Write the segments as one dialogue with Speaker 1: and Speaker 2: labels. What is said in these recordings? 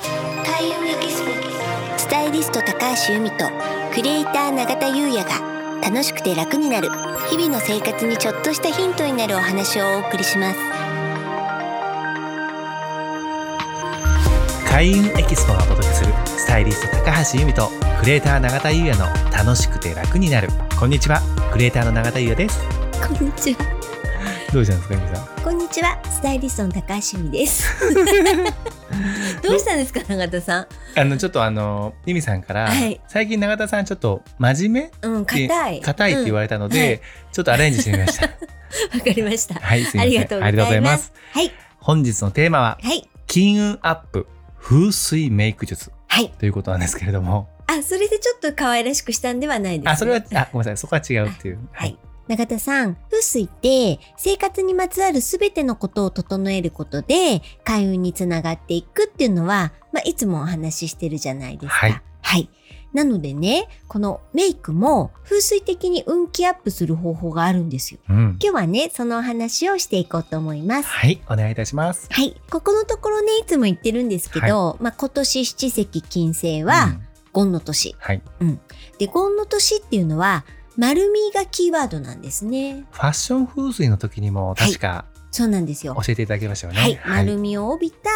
Speaker 1: 田優也ギススタイリスト高橋由美とクリエイター永田優也が楽しくて楽になる日々の生活にちょっとしたヒントになるお話をお送りします
Speaker 2: 開運エキスポがお届けするスタイリスト高橋由美とクリエイター永田優也の楽しくて楽になるこんにちはクリエイターの永田優也です
Speaker 1: こんにちは
Speaker 2: どうしたんですか由美さん
Speaker 1: こんにちはスタイリストの高 橋由美ですどうしたんですか永田さん
Speaker 2: あのちょっとあの由美さんから、
Speaker 1: はい
Speaker 2: 最近永田さんちょっと真面
Speaker 1: うん
Speaker 2: 目
Speaker 1: 硬い
Speaker 2: 硬いって言われたので、
Speaker 1: うんは
Speaker 2: ちょっとアレンジしてみました
Speaker 1: うんわかりました
Speaker 2: はいすいま
Speaker 1: あ
Speaker 2: せん
Speaker 1: りがとうございますはい
Speaker 2: 本日のテーマは
Speaker 1: はい
Speaker 2: 金運アップ風水メイク術
Speaker 1: はい
Speaker 2: ということなんですけれども
Speaker 1: あそれでちょっと可愛らしくしたんではないです、ね、
Speaker 2: あそれはあごめんなさいそこは違うっていう
Speaker 1: はい。永田さん、風水って生活にまつわるすべてのことを整えることで開運につながっていくっていうのは、まあ、いつもお話ししてるじゃないですか。
Speaker 2: はい。
Speaker 1: なのでね、このメイクも風水的に運気アップする方法があるんですよ。
Speaker 2: うん
Speaker 1: 今日はね、そのお話をしていこうと思います。
Speaker 2: はいお願いいたします
Speaker 1: はい。ここのところね、いつも言ってるんですけど、まあ、今年七石金星
Speaker 2: う
Speaker 1: は、
Speaker 2: ん
Speaker 1: ゴンの年。
Speaker 2: はい
Speaker 1: で、ゴンの年っていうのは、丸みがキーワードなんですね。
Speaker 2: ファッション風水の時にも確か
Speaker 1: そうなんですよ
Speaker 2: 教。えていただきましたよね
Speaker 1: はい、丸みを帯びた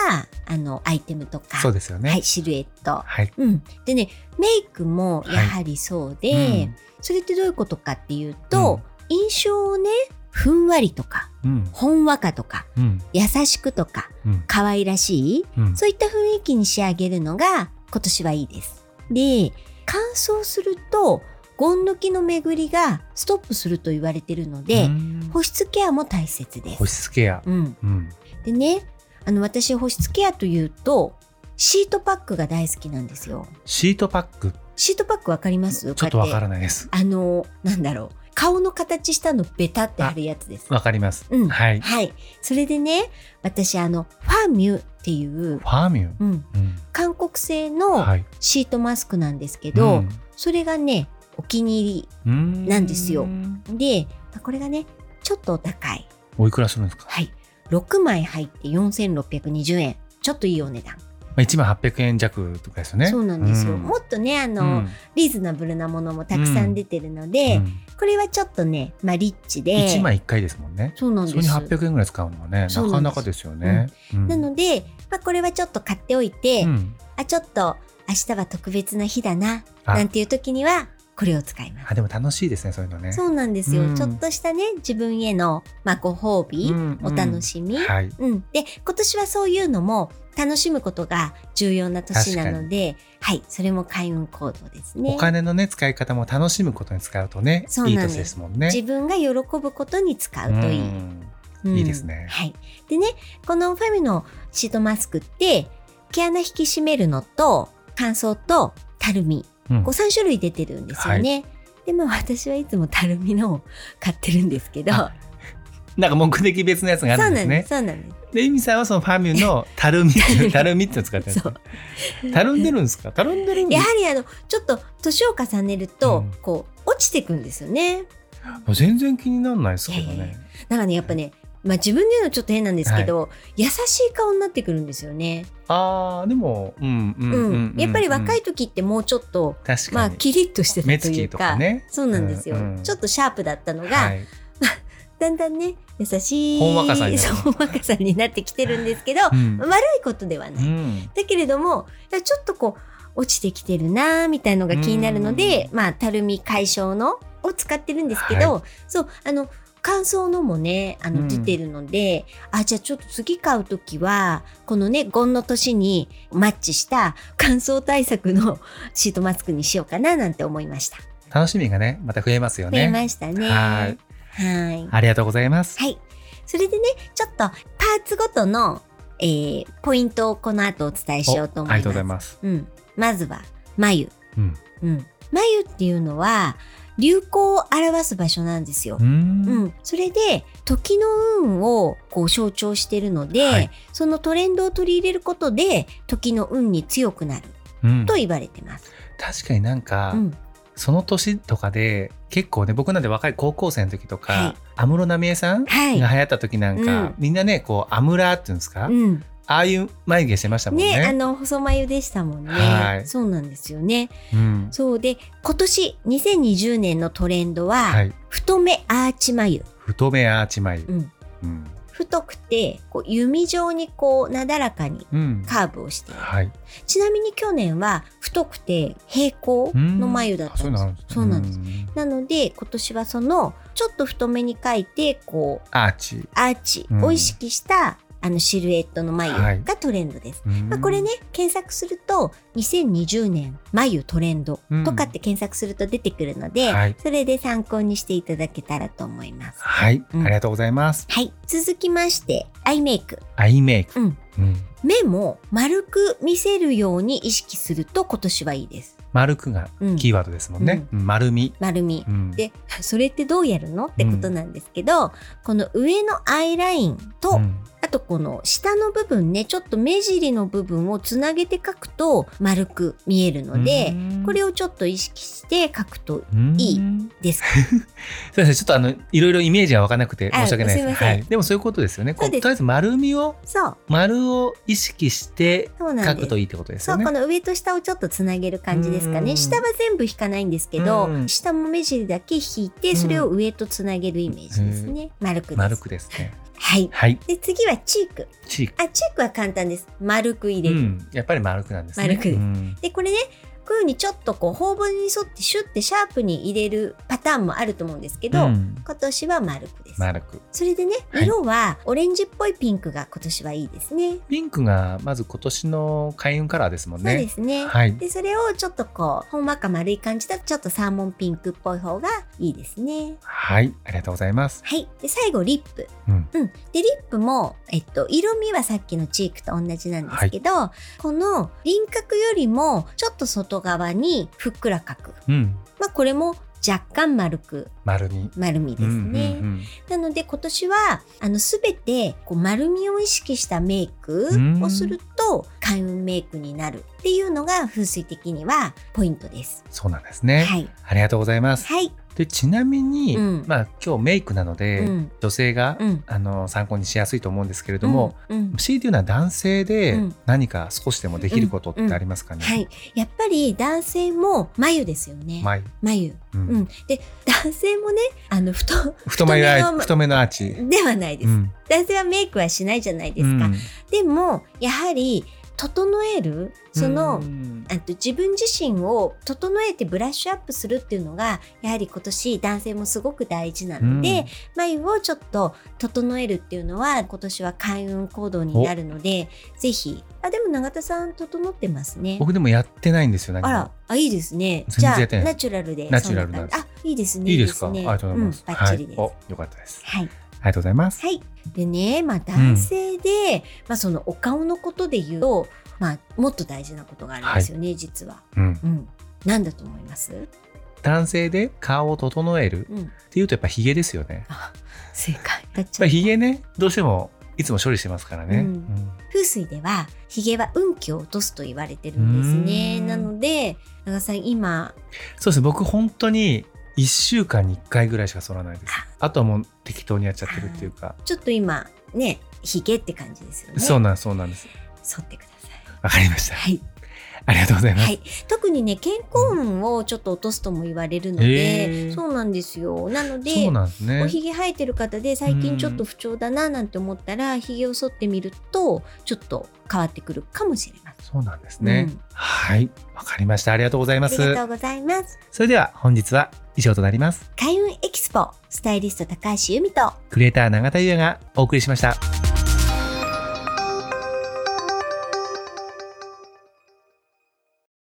Speaker 1: あのアイテムとか、
Speaker 2: そうですよね
Speaker 1: はい、シルエット。
Speaker 2: はい
Speaker 1: うん、でねメイクもやはりそうで、
Speaker 2: うん
Speaker 1: それってどういうことかっていうと、印象をねふんわりとか
Speaker 2: うん
Speaker 1: ほんわかとか
Speaker 2: うん
Speaker 1: 優しくとか
Speaker 2: うん
Speaker 1: 可愛らしい
Speaker 2: うん
Speaker 1: そういった雰囲気に仕上げるのが今年はいいです。で乾燥するとゴン抜きの巡りがストップすると言われてるので、
Speaker 2: うん
Speaker 1: 保湿ケアも大切です
Speaker 2: 保。湿ケア
Speaker 1: うん
Speaker 2: うん
Speaker 1: でね、あの私保湿ケアというと、シートパックが大好きなんですよ。
Speaker 2: シートパック
Speaker 1: シートパックわかります
Speaker 2: ちょっとわかららないです
Speaker 1: あの、なんだろう。顔の形したのベタってあるやつです。
Speaker 2: わかります
Speaker 1: うん
Speaker 2: はいフ
Speaker 1: はい。それでね、私あの、ファーミューっていう、
Speaker 2: ァーミュー
Speaker 1: うん、
Speaker 2: うん
Speaker 1: 韓国製の
Speaker 2: はい
Speaker 1: シートマスクなんですけど、それがね、お気に入
Speaker 2: うん
Speaker 1: なんですよ
Speaker 2: うん
Speaker 1: りで、まあこれがね、ちょっとお高い。
Speaker 2: おいくらするんですか
Speaker 1: はい。6枚入って4620円。ちょっといいお値段。
Speaker 2: まあ1万800円弱とかですよね
Speaker 1: そうなんですよ。
Speaker 2: う
Speaker 1: もっとね、あの、
Speaker 2: うん
Speaker 1: リーズナブルなものもたくさん出てるので、
Speaker 2: うん
Speaker 1: これはちょっとね、まあ、リッチで
Speaker 2: 1枚1回ですもんね
Speaker 1: そうなん
Speaker 2: そ
Speaker 1: で
Speaker 2: れ
Speaker 1: す
Speaker 2: に800円ぐらい使うのはねな
Speaker 1: そうな
Speaker 2: か
Speaker 1: んで
Speaker 2: な
Speaker 1: す
Speaker 2: かですよねうん
Speaker 1: なので、まあ、これはちょっと買っておいて、
Speaker 2: うん
Speaker 1: あちょっと明日は特別な日だな
Speaker 2: あ
Speaker 1: なんていう時にはこれを使います。
Speaker 2: あでも楽しいですねそういうのね
Speaker 1: そうなんですよ、
Speaker 2: うん
Speaker 1: ちょっとしたね自分への、まあ、ご褒美、
Speaker 2: うん
Speaker 1: お楽しみ、
Speaker 2: はい
Speaker 1: うん、で今年はそういうのも楽しむことが重要な年なので、はい、それも開運行動ですね
Speaker 2: お。金のね使い方も楽しむことに使うとね
Speaker 1: そう
Speaker 2: いい
Speaker 1: なんです
Speaker 2: 年ですもんね
Speaker 1: 自分が喜ぶことに使うといい、
Speaker 2: うん
Speaker 1: うん
Speaker 2: いいですね
Speaker 1: はい。でね、このファミのシートマスクって、毛穴引き締めるのと、乾燥と、たるみ。
Speaker 2: うん
Speaker 1: こう3種類出てるんですよね。で、まあ私はいつもたるみのを買ってるんですけど、
Speaker 2: あなんか目的別のやつがあ
Speaker 1: そうな
Speaker 2: るん
Speaker 1: ん
Speaker 2: です
Speaker 1: で
Speaker 2: ね
Speaker 1: す、そうなんで。
Speaker 2: でゆみさんはそのファミュのたるみっていうたるみってのを使ってるんですす
Speaker 1: そう
Speaker 2: ね。たるんでるんですかたるんでるんで
Speaker 1: や
Speaker 2: す
Speaker 1: はりあの、ちょっと年を重ねると、
Speaker 2: うん
Speaker 1: こう、落ちてくんですよね。
Speaker 2: か全然気にならないですけど
Speaker 1: いやいや
Speaker 2: ね
Speaker 1: だからね、やっぱね、まあ自分で言うのちょっと変なんですけど、優しい顔になってくるんですよね。
Speaker 2: あーでもうんうん
Speaker 1: う。
Speaker 2: うんんうん
Speaker 1: やっぱり若い時ってもうちょっと、
Speaker 2: 確
Speaker 1: ま
Speaker 2: か
Speaker 1: あ
Speaker 2: に
Speaker 1: キリッとして
Speaker 2: 目
Speaker 1: たと
Speaker 2: つ
Speaker 1: い
Speaker 2: き
Speaker 1: う
Speaker 2: と
Speaker 1: か
Speaker 2: かね
Speaker 1: そうなんですよ、
Speaker 2: うんうん
Speaker 1: ちょっとシャープだったのが、
Speaker 2: はい
Speaker 1: だんだんね優しい
Speaker 2: ほんわかさになって
Speaker 1: そうほんわかさになってきてるんですけど、
Speaker 2: うん
Speaker 1: 悪いことではない、
Speaker 2: うん
Speaker 1: だけれどもいやちょっとこう落ちてきてるなーみたいのが気になるので、まあたるみ解消のを使ってるんですけど、そうあの乾燥のもねあ
Speaker 2: う
Speaker 1: の
Speaker 2: ん
Speaker 1: 出てるので、あじゃあちょっと次買う時はこのねゴンの年にマッチした乾燥対策のシートマスクにしようかななんて思いました。
Speaker 2: 楽しみがねまた増えますよ
Speaker 1: 増え
Speaker 2: ね
Speaker 1: ましたね。
Speaker 2: はい
Speaker 1: はい。
Speaker 2: ありがとうございます
Speaker 1: はい。それでね、ちょっとパーツごとの、えーポイントをこの後お伝えしようと思います。
Speaker 2: おありがとうございます
Speaker 1: うん。まずは、眉。
Speaker 2: うん
Speaker 1: うん。眉っていうのは、流行を表す場所なんですよ
Speaker 2: う。ん
Speaker 1: うん、それで時の運をこう象徴してるので、
Speaker 2: はい
Speaker 1: そのトレンドを取り入れることで時の運に強くなる
Speaker 2: うん
Speaker 1: と言われてます。
Speaker 2: 確かになんか、
Speaker 1: うん、
Speaker 2: その年とかで結構ね僕なんて若い高校生の時と
Speaker 1: はい
Speaker 2: か安室奈美恵さんが
Speaker 1: は
Speaker 2: 流
Speaker 1: い、
Speaker 2: 行った時なんか、
Speaker 1: うん
Speaker 2: みんなねこうアムラーっていうんですか、
Speaker 1: うん、
Speaker 2: ああいう眉毛してましたもんね。
Speaker 1: ねあの細眉でしたもんね、
Speaker 2: はい
Speaker 1: そうなんですよね
Speaker 2: うん、
Speaker 1: そうで今年2020年のトレンドは、
Speaker 2: はい。
Speaker 1: 太めアーチ眉、
Speaker 2: 太めアーチ眉。
Speaker 1: うん、
Speaker 2: うん。
Speaker 1: 太くてこう弓状にこうなだらかに
Speaker 2: うん。
Speaker 1: カーブをしている
Speaker 2: はい。
Speaker 1: ちなみに去年は太くて平行
Speaker 2: うん
Speaker 1: の眉だったんですよ
Speaker 2: あ
Speaker 1: そうなんです。
Speaker 2: ね
Speaker 1: なので今年はそのちょっと太めに描いてこう
Speaker 2: アーチ。
Speaker 1: アーチ
Speaker 2: うん
Speaker 1: を意識した、あのシルエットの
Speaker 2: は
Speaker 1: 眉
Speaker 2: い
Speaker 1: がトレンドです。
Speaker 2: うん
Speaker 1: まあ、これね。検索すると2020年眉トレンドとかって検索すると出てくるので、
Speaker 2: うんはい
Speaker 1: それで参考にしていただけたらと思います。
Speaker 2: はい、
Speaker 1: うん
Speaker 2: ありがとうございます。
Speaker 1: はい続きましてアイメイク。
Speaker 2: アイメイク。
Speaker 1: うん
Speaker 2: うん。
Speaker 1: 目も丸く見せるように意識すると今年はいいです。
Speaker 2: 丸くが
Speaker 1: うん、
Speaker 2: キーワードですもんね。丸み。
Speaker 1: 丸み。
Speaker 2: うん、
Speaker 1: で それってどうやるのってことなんですけど、この上のアイラインと、
Speaker 2: うん
Speaker 1: あとこの下の部分ねちょっと目尻の部分をつなげて描くと丸く見えるので、これをちょっと意識して描くといい
Speaker 2: うん
Speaker 1: です。
Speaker 2: そうですねちょっとあのいろいろイメージは分からなくて申し訳ないです
Speaker 1: あすいません
Speaker 2: はい、でもそういうことですよねこ
Speaker 1: そううです
Speaker 2: とりあえず丸みを
Speaker 1: そう
Speaker 2: 丸を意識して
Speaker 1: そうな
Speaker 2: 書
Speaker 1: んで
Speaker 2: く
Speaker 1: す
Speaker 2: と。いいってことです
Speaker 1: そ
Speaker 2: よ
Speaker 1: う
Speaker 2: ね
Speaker 1: この上と下をちょっとつなげる感じですか
Speaker 2: う
Speaker 1: ね
Speaker 2: ん
Speaker 1: 下は全部引かないんですけど
Speaker 2: うん
Speaker 1: 下も目尻だけ引いてそれを上とつなげるイメージですね丸くです
Speaker 2: 丸くですね
Speaker 1: はい
Speaker 2: はい
Speaker 1: で次はチーク
Speaker 2: チーク
Speaker 1: あチークは簡単です丸く入れ
Speaker 2: う
Speaker 1: る、
Speaker 2: ん、やっぱり丸くなんですね
Speaker 1: 丸く
Speaker 2: うん
Speaker 1: でこれねこういうふうにちょっとこう頬骨に沿ってシュッてシャープに入れるパターンもあると思うんですけど、
Speaker 2: うん
Speaker 1: 今年は丸くです、
Speaker 2: 丸く
Speaker 1: それでね
Speaker 2: はい
Speaker 1: 色はオレンジっぽいピンクが今年はいいですね、
Speaker 2: ピンクがまず今年の開運カラーですもん
Speaker 1: そうで
Speaker 2: ね
Speaker 1: すね、
Speaker 2: はい
Speaker 1: でそれをちょっとこうほんわか丸い感じだとちょっとサーモンピンクっぽい方がいいですね
Speaker 2: はいありがとうございます
Speaker 1: はいで最後リップ
Speaker 2: うん
Speaker 1: うん、でリップも、えっと、色味はさっきのチークと同じなんですけど、この輪郭よりもちょっと外側にふっくら描く、
Speaker 2: うん
Speaker 1: まあ、これも若干丸く
Speaker 2: 丸に
Speaker 1: 丸みですね、
Speaker 2: うん
Speaker 1: なので今年はあの全てこう丸みを意識したメイク
Speaker 2: うん
Speaker 1: をすると開運メイクになるっていうのが風水的にはポイントです。
Speaker 2: そうなんですね、
Speaker 1: はい、
Speaker 2: ありがとうございます
Speaker 1: はい、
Speaker 2: でちなみに、
Speaker 1: うん
Speaker 2: まあ今日メイクなので、
Speaker 1: うん
Speaker 2: 女性が、
Speaker 1: うん
Speaker 2: あの参考にしやすいと思うんですけれども、
Speaker 1: うんうん
Speaker 2: 強いて言うのは男性で
Speaker 1: うん
Speaker 2: 何か少しでもできることってありますかね、
Speaker 1: はい、やっぱり男性も眉ですよね。
Speaker 2: 眉
Speaker 1: 眉。
Speaker 2: うん
Speaker 1: うん、で男性もねあの太
Speaker 2: 太めのア
Speaker 1: 太め
Speaker 2: ー
Speaker 1: の
Speaker 2: チ太めのアーチ、
Speaker 1: ではないです、
Speaker 2: うん
Speaker 1: 男性はメイクはしないじゃないですか、
Speaker 2: うん
Speaker 1: でもやはり整えるその、
Speaker 2: うん
Speaker 1: あと自分自身を整えてブラッシュアップするっていうのがやはり今年男性もすごく大事なので、眉をちょっと整えるっていうのは今年は開運行動になるのでぜひあでも永田さん整ってますね
Speaker 2: 僕でもやってないんですよ何も
Speaker 1: あら、あ、いいですね。
Speaker 2: 全
Speaker 1: じ
Speaker 2: 然
Speaker 1: ゃあ
Speaker 2: やってない
Speaker 1: ナチュラルで。
Speaker 2: ナチュラルなん
Speaker 1: な
Speaker 2: です
Speaker 1: あ、いいですね。
Speaker 2: いいですか
Speaker 1: ね
Speaker 2: ありがとうございます、
Speaker 1: うん、バッチリです。
Speaker 2: は、
Speaker 1: はい
Speaker 2: およかったです
Speaker 1: い。
Speaker 2: ありがとうございます
Speaker 1: はい。でね、まあ男性で、まあそのお顔のことで言うと、まあもっと大事なことがあるんですよね、実は。
Speaker 2: うん、
Speaker 1: うん。なんだと思います
Speaker 2: 男性で顔を整える
Speaker 1: うん。
Speaker 2: っていうとやっぱヒゲですよねやっ
Speaker 1: あ、正 解。だっち
Speaker 2: ぱ
Speaker 1: ゃう
Speaker 2: りヒゲねどうしてもいつも処理してますからね、
Speaker 1: うん
Speaker 2: うん
Speaker 1: 風水では、ヒゲは運気を落とすと言われてるんですね。
Speaker 2: うーん
Speaker 1: なので、長田さん今、
Speaker 2: そうですね僕本当に1週間に1回ぐらいしか剃らないですあとはもう適当にやっちゃってるっていうか
Speaker 1: ちょっと今、ね、ヒゲって感じですよね。
Speaker 2: そうなんそうなんです
Speaker 1: 剃ってください。
Speaker 2: わかりました
Speaker 1: はい。
Speaker 2: ありがとうございます、
Speaker 1: はい、特にね健康運をちょっと落とすとも言われるの
Speaker 2: へ
Speaker 1: で
Speaker 2: ー
Speaker 1: そうなんですよなの
Speaker 2: そ
Speaker 1: で
Speaker 2: うなんですね
Speaker 1: おひげ生えてる方で最近ちょっと不調だななんて思ったらひげを剃ってみるとちょっと変わってくるかもしれません。
Speaker 2: そうなんですね、
Speaker 1: うん
Speaker 2: はいわかりましたありがとうございま
Speaker 1: ありが
Speaker 2: す
Speaker 1: とうございます。
Speaker 2: それでは本日は以上となります
Speaker 1: 開運エキスポスタイリスト高橋由美と
Speaker 2: クリエイター永田優也がお送りしました